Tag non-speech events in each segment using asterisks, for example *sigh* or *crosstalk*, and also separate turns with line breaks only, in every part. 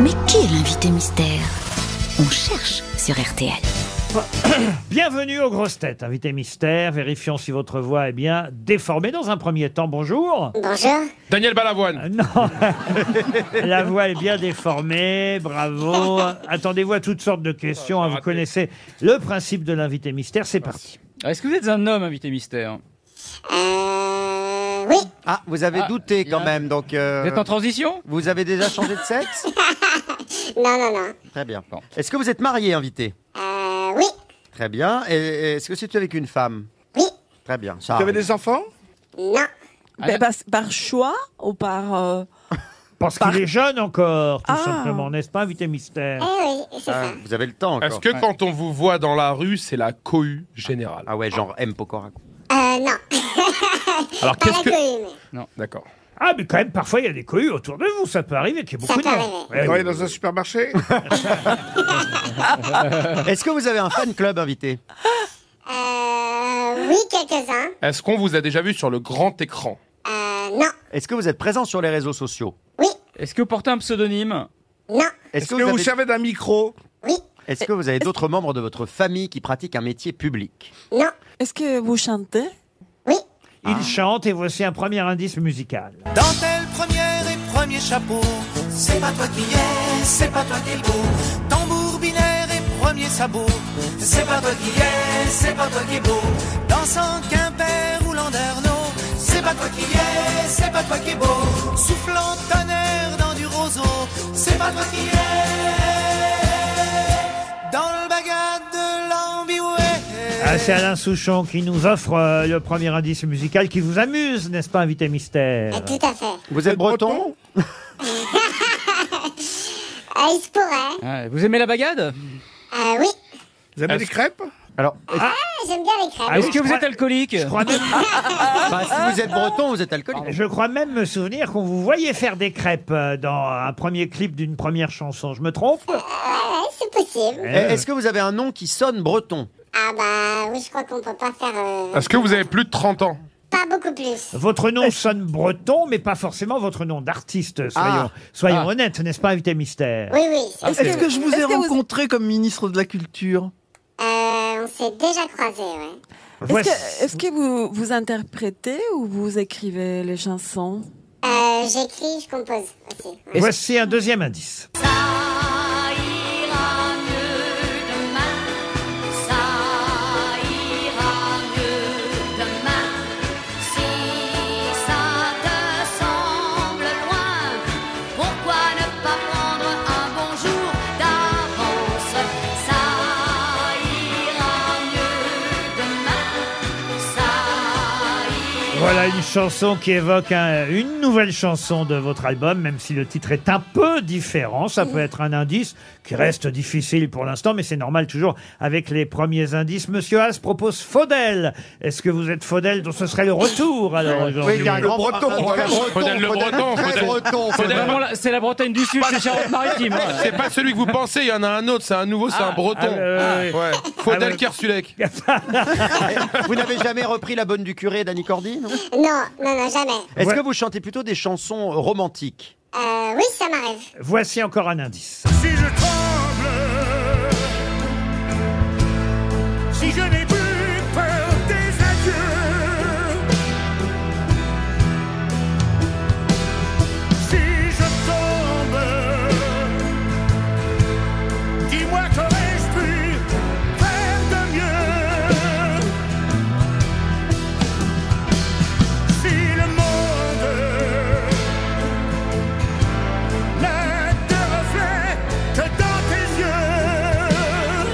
Mais qui est l'invité mystère On cherche sur RTL.
Bienvenue aux grosses têtes, invité mystère. Vérifions si votre voix est bien déformée dans un premier temps. Bonjour.
Bonjour.
Daniel Balavoine.
Euh, Non, la voix est bien déformée. Bravo. Attendez-vous à toutes sortes de questions. hein. Vous
raté.
connaissez le principe de l'invité mystère. C'est parti.
Ah, Est-ce que vous êtes un homme, invité mystère
Euh, oui.
Ah, vous avez
Ah,
douté
il y
quand
a-
même, donc euh,
Vous êtes en transition
vous avez déjà changé de sexe
Non, non, non.
Très bien.
Bon.
Est-ce que vous êtes marié, invité
Euh, oui.
Très bien. Et, et est-ce que c'est avec une femme
Oui.
Très bien. Ah, Ça
Vous avez
arrive.
des enfants
Non.
Ben, par, par choix ou par... euh,
Parce
Par-
qu'il est jeune encore, tout
Ah.
simplement, n'est-ce pas, invité mystère
Eh oui, c'est
Ah,
ça.
vous avez le temps encore.
Est-ce que quand on vous voit dans la rue, c'est la cohue générale
Ah ouais, genre M. Pokora.
*laughs*
Euh, non.
Alors
Pas la
qu'est-ce que...
cohue, mais
D'accord.
Ah, mais quand même, parfois, il y a des cohues autour de vous. Ça peut arriver qu'il y ait
Ça
beaucoup de Eh
peut
gens.
arriver.
Ouais,
Travailler
ouais.
dans un supermarché
Ah.
Est-ce que vous avez un fan club, invité
Euh, oui, quelques-uns.
*laughs* Est-ce qu'on vous a déjà vu sur le grand écran
Euh, non.
Est-ce que vous êtes présent sur les réseaux sociaux
Oui.
Est-ce que vous portez un pseudonyme
Non.
Est-ce
Est-ce que vous
avez-
servez d'un micro
Oui.
Est-ce que vous avez d'autres membres de votre famille qui pratiquent un métier public
Non.
Est-ce que vous chantez
Oui.
Il chante et voici un premier indice musical.
Dentelle première et premier chapeau, c'est pas toi qui es, c'est pas toi qui es beau. Tambour binaire et premier sabot, c'est pas toi qui es, c'est pas toi qui es beau. Dansant Quimper ou Landerneau, c'est pas toi qui es, c'est pas toi qui es beau. Soufflant tonnerre dans du roseau, c'est pas toi qui es. Dans le bagage de l'ambiway.
Ah, c'est Alain Souchon qui nous offre euh, le premier indice musical qui vous amuse, n'est-ce pas, invité mystère
Euh, tout à fait.
Vous êtes breton
Euh, il se pourrait.
Ah, Vous aimez la bagade
Euh, oui.
Vous avez des crêpes
Alors,
Ah, J'aime bien les crêpes.
Ah oui,
Est-ce que
je
vous
crois-
êtes alcoolique
Je crois, même,
bah, si vous êtes breton, vous êtes alcoolique.
je crois même me souvenir qu'on vous voyait faire des crêpes euh, dans un premier clip d'une première chanson. Je me trompe
Euh,
Euh,
Ouais, c'est possible.
Eh, Est-ce que vous avez un nom qui sonne breton
Ah bah oui, je crois qu'on peut pas faire... euh,
Est-ce que vous avez plus de 30 ans
pas beaucoup plus.
Votre nom sonne breton, mais pas forcément votre nom d'artiste, soyons, soyons
Ah.
honnêtes, n'est-ce pas, invité mystère
Oui, oui. c'est-
Est-ce
que je vous ai rencontré
comme ministre de la Culture.
Euh, on s'est déjà croisés, ouais.
Voici-
Est-ce que, est-ce que vous, vous interprétez ou vous écrivez les chansons
Euh, j'écris, je compose aussi. ouais.
voici un deuxième indice.
Ça ira mieux demain, ça ira mieux demain. Si ça te semble loin, pourquoi ne pas prendre un bon jour d'avance Ça ira mieux demain, ça ira
Voilà une chanson qui évoque un- une nouvelle chanson de votre album, même si le titre est un peu différent. Ça peut être un indice qui reste difficile pour l'instant, mais c'est normal toujours avec les premiers indices. Monsieur Haas propose Faudel. Est-ce que vous êtes Faudel dont ce serait le retour alors aujourd'hui
breton.
Faudel le breton, Faudel-
C'est
Faudel-
vraiment la, c'est la Bretagne du Sud, c'est Charente-Maritime. hein.
C'est pas celui que vous pensez, il y en a un autre, c'est un nouveau, c'est un breton.
ah, euh,
Ouais. Faudel
Ah, ouais.
Kersulek.
Vous n'avez jamais repris la bonne du curé d'Annie Cordy, non
Non, non, non, jamais.
Est-ce
Ouais.
que vous chantez plutôt des chansons romantiques
Euh, oui, ça m'arrive.
Voici encore un indice.
Si je tremble, si je n'ai plus peur des adieux, si je tombe, dis-moi qu'aurais-je pu faire de mieux Si le monde ne te reflet que dans tes yeux.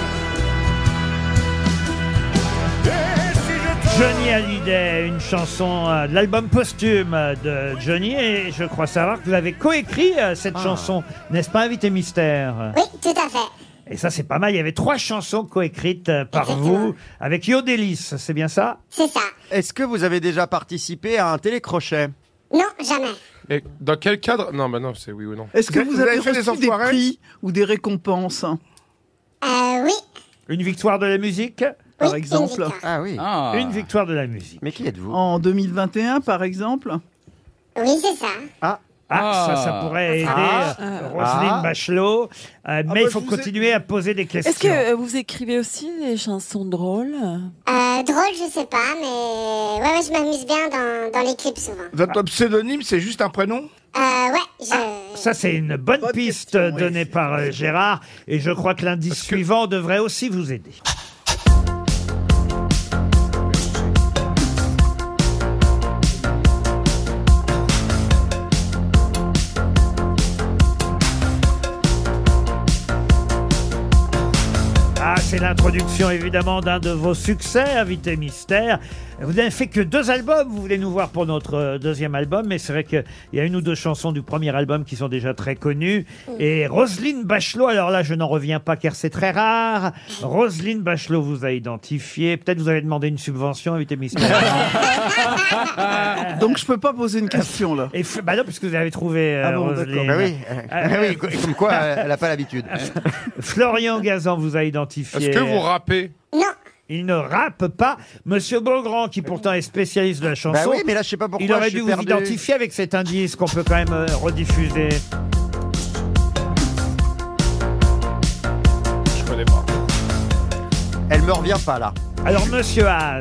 Et si je te
Johnny Hallyday, une chanson euh, de l'album posthume euh, de Johnny, et je crois savoir que vous avez coécrit euh, cette chanson, n'est-ce pas, invité mystère
Oui, tout à fait.
Et ça, c'est pas mal. Il y avait trois chansons coécrites euh, par vous avec Yodelis, c'est bien ça
C'est ça.
Est-ce que vous avez déjà participé à un télécrochet
Non, jamais.
Et dans quel cadre Non, bah non, c'est oui ou non.
Est-ce que
Vous-
vous,
vous
avez,
avez fait des
reçu des
enfoirés
prix ou des récompenses,
Euh, oui.
Une victoire de la musique
par
oui,
exemple
une victoire.
Ah oui.
Ah.
Une victoire de la musique.
Mais qui êtes-vous
En 2021, par exemple
Oui, c'est ça.
Ah,
Ah.
ça, ça pourrait aider
Ah.
euh, Roselyne
Ah.
Bachelot. Euh, mais
bah,
il
je
faut
vous ai-
continuer à poser des questions.
Est-ce que euh, vous écrivez aussi des chansons drôles
Euh, drôle, je sais pas, mais ouais, ouais, je m'amuse bien dans, dans les clips souvent.
Votre pseudonyme, c'est juste un prénom
Euh, ouais, je.
Ça, c'est une bonne,
Bonne
piste
question, oui.
donnée par euh, Gérard. Et je crois que l'indice suivant devrait aussi vous aider. Ah, c'est l'introduction évidemment d'un de vos succès, Invité Mystère. Vous n'avez fait que deux albums, vous voulez nous voir pour notre euh, deuxième album, mais c'est vrai qu'il y a une ou deux chansons du premier album qui sont déjà très connues. Et Roselyne Bachelot, alors là je n'en reviens pas car c'est très rare. Roselyne Bachelot vous a identifié, peut-être vous avez demandé une subvention, Invité Mystère.
Donc je peux pas poser une question là.
Et f- bah non, puisque vous avez trouvé euh,
Ah bon, d'accord.
Roselyne.
*laughs* Bah oui, euh, ah oui, co- comme quoi euh, elle n'a pas l'habitude.
Florian Gazan vous a identifié.
Est-ce que vous rappez
*laughs* Non,
Il ne rappe pas. Monsieur Beaugrand, qui pourtant est spécialiste de la chanson.
Bah oui, mais là je sais pas pourquoi.
Il aurait
je
dû
suis
vous
perdu.
identifier avec cet indice qu'on peut quand même euh, rediffuser.
Je connais pas.
Elle me revient pas là.
Alors, monsieur Haas,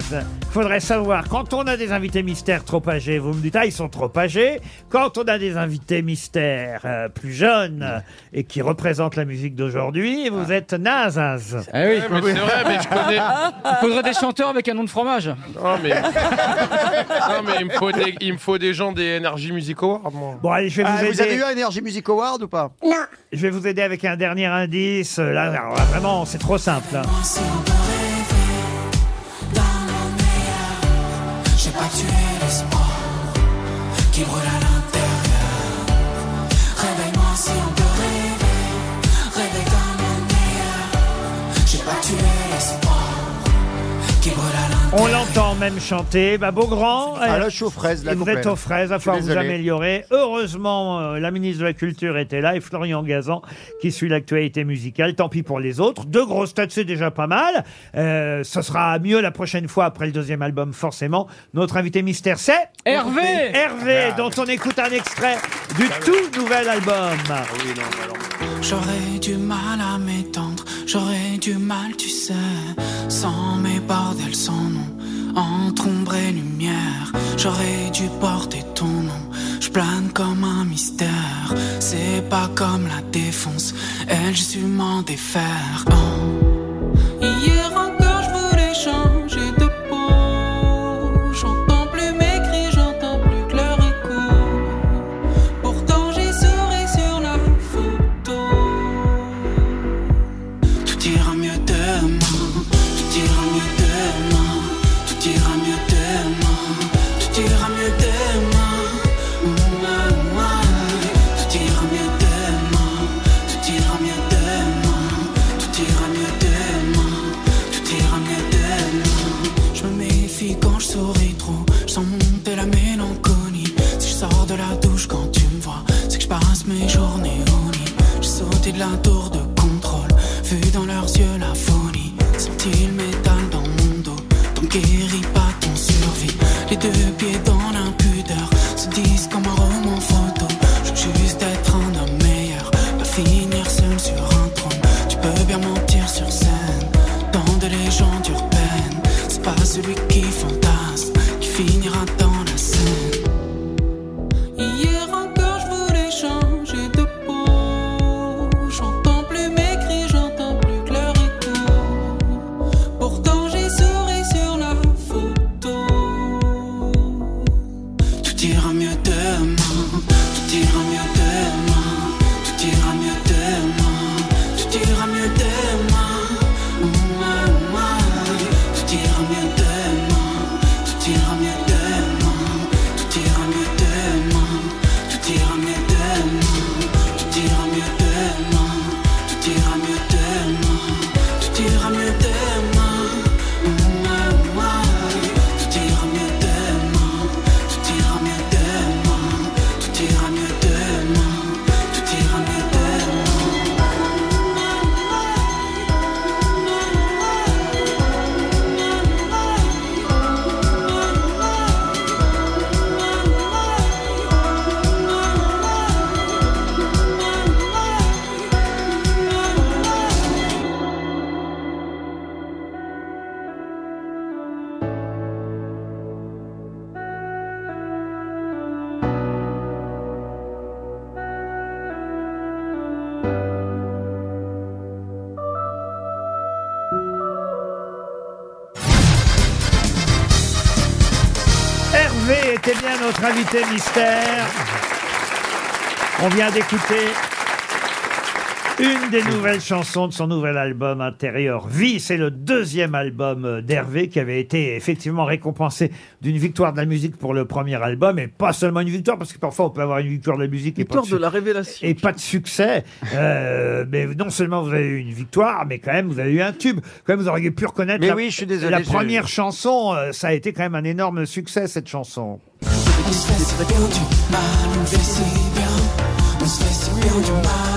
faudrait savoir, quand on a des invités mystères trop âgés, vous me dites, ah, ils sont trop âgés. Quand on a des invités mystères euh, plus jeunes euh, et qui représentent la musique d'aujourd'hui, vous êtes naze. Haas.
Ah oui.
Ouais, mais c'est vrai, mais je connais.
Il faudrait des chanteurs avec un nom de fromage.
Non, mais, *laughs* non, mais il, me faut des... il me faut des gens des Energy Music Awards, moi.
Bon, allez, je vais
Ah,
vous aider.
vous avez eu un Energy Music Award ou pas
non.
Je vais vous aider avec un dernier indice. Là, alors, là, vraiment, c'est trop simple. hein.
Si on peut rêver dans le meilleur, j'ai pas tué l'espoir qui brûle à l'intérieur. Réveille-moi si on peut rêver, rêver dans le meilleur, j'ai pas tué l'espoir qui brûle à l'intérieur.
On l'entend même chanter. Bah, Beaugrand.
Ah
euh,
là je suis aux fraises là.
Et vous
complète.
êtes aux fraises, à
suis
falloir vous
désolé.
améliorer. Heureusement, euh, la ministre de la Culture était là et Florian Gazan qui suit l'actualité musicale. Tant pis pour les autres. Deux grosses têtes, c'est déjà pas mal. Euh, ce sera mieux la prochaine fois après le deuxième album, forcément. Notre invité mystère, c'est
Eh. Hervé
Ah.
Hervé, dont on écoute un extrait du tout nouvel album.
J'aurais du mal à m'étendre, j'aurais du mal, tu sais, sans mes bordels, sans nom, entre ombre et lumière. J'aurais dû porter ton nom, je plane comme un mystère. C'est pas comme la défonce, elle, j'ai su m'en défaire. Oh. Hier encore, je voulais changer de peau. J'entends plus mes cris, j'entends plus que leur écho. Pourtant j'ai souri sur la photo Tout ira mieux demain Tout ira mieux demain Tout ira mieux demain Tout ira mieux demain Mouah, mouah. Tout ira mieux demain Tout ira mieux demain Tout ira mieux demain Tout ira mieux demain Je me méfie quand je souris trop Je sens monter la mélancolie Si je sors de la douche quand tu me vois C'est que je passe mes journées au lit J'ai sauté de la tour de contrôle Vu dans leurs yeux la folie Senti le métal dans mon dos Ton guéris pas ton survie Les deux pieds dans l'impudeur Se disent comme un roman photo Je veux juste être un homme meilleur Pas finir seul sur un trône Tu peux bien mentir sur scène Tant de légendes urbaines C'est pas celui qui fantasme Qui finira dans la scène Hier encore, je voulais changer de peau. J'entends plus
Hervé était bien notre invité mystère. On vient d'écouter une des nouvelles chansons de son nouvel album intérieur Vie. C'est le deuxième album d'Hervé qui avait été effectivement récompensé d'une victoire de la musique pour le premier album et pas seulement une victoire parce que parfois on peut avoir une victoire de la musique et pas
Victoire
de
de
succès
la révélation.
et pas de succès. Euh, mais non seulement vous avez eu une victoire, mais quand même vous avez eu un tube. Quand même vous auriez pu reconnaître.
Mais
la,
oui, je suis désolé,
La
je-
première chanson, euh, ça a été quand même un énorme succès cette chanson.
On se fait si bien du mal, on fait si bien, on se fait si bien du mal.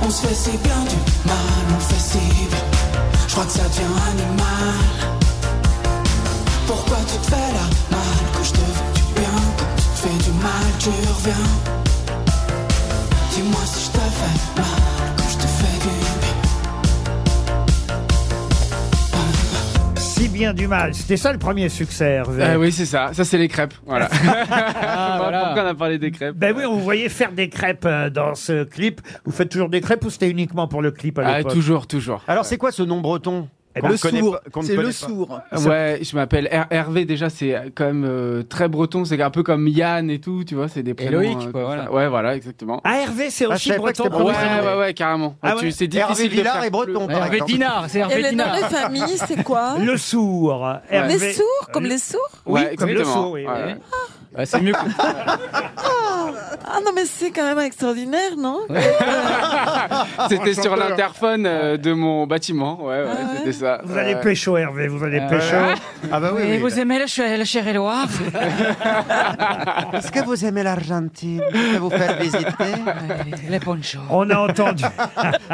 On se fait si bien du mal, on fait si bien. Je crois que ça devient animal. Pourquoi tu te fais la mal quand je te fais du bien, quand tu te fais du mal, tu reviens. Dis-moi si je te fais mal quand je te fais du bien.
Si bien du mal, c'était ça le premier succès, Hervé.
Euh, oui, c'est ça. Ça, c'est les crêpes. Voilà.
Ah,
Pourquoi on a parlé des crêpes
Ben oui, on vous voyait faire des crêpes euh, dans ce clip. Vous faites toujours des crêpes ou c'était uniquement pour le clip à
Ah,
l'époque
toujours, toujours.
Alors, c'est quoi ce nom breton
Eh
qu'on
ben,
ne connaît
sourd.
pas- qu'on ne
C'est
connaît
le
pas
sourd.
Ouais, je m'appelle Her- Hervé. Déjà, c'est quand même euh, très breton. C'est un peu comme Yann et tout, tu vois. C'est des prénoms.
Loïc,
euh,
quoi,
comme
voilà.
ça. Ouais, voilà, exactement.
Ah, Hervé, c'est
Ah, je
aussi
savais pas que
breton.
c'était
ouais,
breton.
ouais, ouais, carrément.
Ah
Tu-
ouais.
C'est difficile
Hervé
de
Villard
faire
est breton, par
Hervé
exemple.
Dinard, c'est
Et
Hervé
les noms
Dinard.
de famille,
*laughs*
c'est quoi
Le sourd. Hervé.
Les sourds, comme les sourds
Ouais,
Oui, comme le
exactement.
sourd, oui,
Ouais.
oui.
Ouais, c'est mieux.
Ah non, mais c'est quand même extraordinaire, non
C'était
Un
sur
chanteur.
l'interphone euh, de mon bâtiment. Ouais, ouais,
Ah ouais.
euh, c'était ça.
Vous allez
Ouais.
pécho, Hervé, vous allez
Ah,
pécho.
ouais.
Ah bah oui,
Et
oui.
vous aimez la, ch- la chère Éloi
Est-ce que vous aimez l'Argentine Je vais vous faire visiter.
Les ponchos.
On a entendu.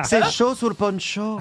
C'est chaud sous le poncho.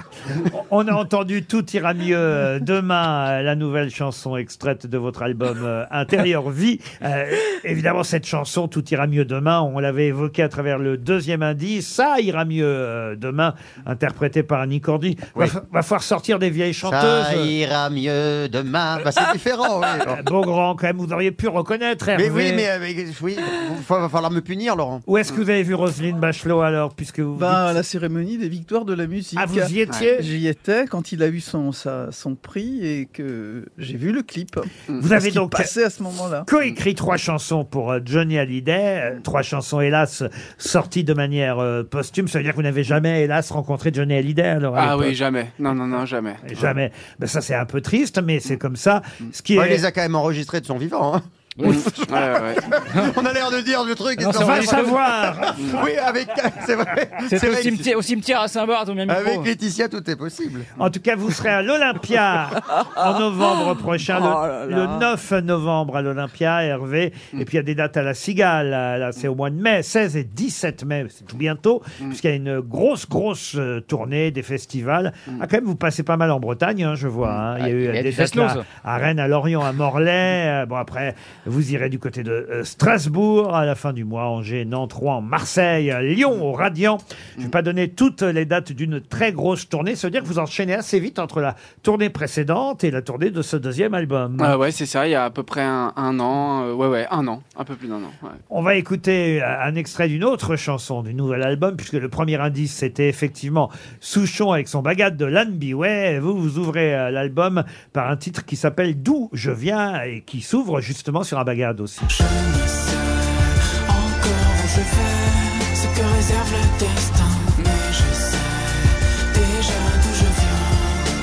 On a entendu Tout ira mieux euh, demain, euh, la nouvelle chanson extraite de votre album euh, Intérieur Vie. Euh, évidemment, cette chanson Tout ira mieux demain, on l'avait évoquée à travers le deuxième indice, Ça ira mieux euh, demain, interprété par Annie Cordy. Va,
Oui.
fa- va falloir sortir des vieilles chanteuses.
Ça ira mieux demain. Bah, c'est différent, oui.
Euh, Beaugrand, quand même, vous auriez pu reconnaître Hervé.
Mais oui, mais avec- oui, il va falloir me punir, Laurent.
Où est-ce que vous avez vu Roselyne Bachelot alors, puisque vous
Ben, à
dites...
la cérémonie des victoires de la musique.
Ah, vous y étiez
J'y étais quand il a eu son, sa- son prix et que j'ai vu le clip.
Vous avez
qui
donc...
passait à ce moment-là.
coécrit trois chansons pour euh, Johnny Hallyday, euh, trois chansons hélas sorties de manière euh, posthume. Ça veut dire que vous n'avez jamais hélas rencontré Johnny Hallyday alors à
Ah oui,
l'époque.
jamais. Non, non, non, jamais.
Jamais. Ben, ça c'est un peu triste, mais c'est comme ça. Ce qui
Bah, il
est
les a quand même enregistrés de son vivant. hein.
Ouais, ouais.
*laughs* On a l'air de dire le truc. et
Non,
ça,
c'est
on
va
vrai,
va pas-
savoir.
Oui, avec. C'est vrai.
C'était au
vrai que-
cimetière, au cimetière à Saint-Barth, au même
Avec
micro.
Laetitia, tout est possible.
En tout cas, vous serez à l'Olympia en novembre prochain, le,
Oh là Mm. là.
le 9 novembre à l'Olympia, Hervé. Et puis il y a des dates à la Cigale. euh, Là, c'est au mois de mai, 16 et 17 mai, c'est tout bientôt,
Mm.
puisqu'il y a une grosse, grosse euh, tournée des festivals.
Mm.
Ah, quand même, vous passez pas mal en Bretagne, hein, je vois. hein. Il y a
Ah,
eu
il y a
euh, des
du
dates là,
Festlose.
à Rennes, à Lorient, à Morlaix. Euh, Bon, après, vous irez du côté de euh, Strasbourg à la fin du mois, Angers, Nantes, Rouen, Marseille, euh, Lyon, au Radiant. Je vais pas donner toutes les dates d'une très grosse tournée. Ça veut dire que vous enchaînez assez vite entre la tournée précédente et la tournée de ce deuxième album.
Ah ouais, c'est ça. Il y a à peu près un, un an. euh, ouais, ouais, un an. Un peu plus d'un an. ouais.
On va écouter euh, un extrait d'une autre chanson du nouvel album, puisque le premier indice, c'était effectivement Souchon avec son bagade de Lan Biway. Vous, vous ouvrez euh, l'album par un titre qui s'appelle D'où je viens et qui s'ouvre justement sur un bagade aussi.
Je ne sais encore où je vais, ce que réserve le destin. Mais je sais déjà d'où je viens.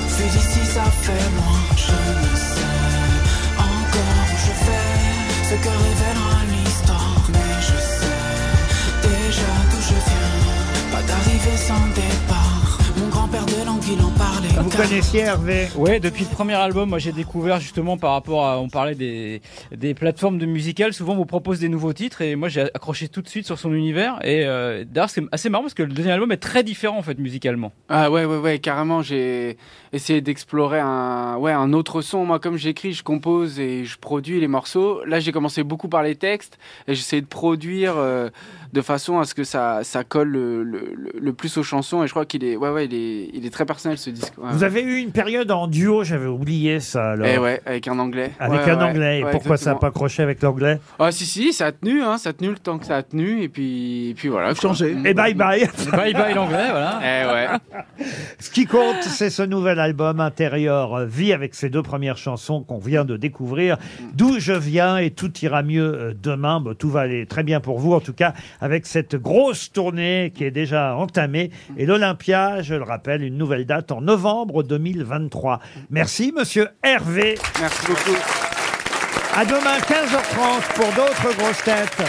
Vu d'ici, ça fait loin. Je ne sais encore où je vais, ce que révélera l'histoire. Mais je sais déjà d'où je viens. Pas d'arrivée sans départ. Mon grand-père de langue, il en parlait.
Vous
Car-
connaissiez Hervé
Ouais, depuis le premier album, moi j'ai découvert justement par rapport à, on parlait des, des plateformes de musicales, souvent on vous propose des nouveaux titres et moi j'ai accroché tout de suite sur son univers et euh, d'ailleurs c'est assez marrant parce que le deuxième album est très différent en fait musicalement.
Ah ouais, ouais, ouais, carrément, j'ai essayé d'explorer un, Euh, ouais, un autre son. Moi, comme j'écris, je compose et je produis les morceaux. Là, j'ai commencé beaucoup par les textes et j'essaie de produire euh, de façon à ce que ça, ça colle le, le- le- le plus aux chansons. Et je crois qu'il est, ouais, ouais, il est, il est très personnel ce disque. Ouais,
Vous Vous avez eu une période en duo, j'avais oublié ça alors.
Eh ouais, avec un anglais.
Avec
Ouais,
un
ouais,
anglais. Et
ouais,
pourquoi ça n'a
exactement.
pas accroché avec l'anglais
Ah si si, ça a tenu, hein, ça a tenu le temps que ça a tenu, et puis, et puis voilà.
Changé. Et Eh, bye bye.
Bye bye
l'anglais, voilà.
Eh ouais.
Ce qui compte, c'est ce nouvel album intérieur euh, Vie avec ses deux premières chansons qu'on vient de découvrir. D'où je viens et tout ira mieux euh, demain. Bon, tout va aller très bien pour vous, en tout cas, avec cette grosse tournée qui est déjà entamée. Et l'Olympia, je le rappelle, une nouvelle date en novembre 2023. Merci, monsieur Hervé.
Merci beaucoup.
À demain, 15h30 pour d'autres grosses têtes.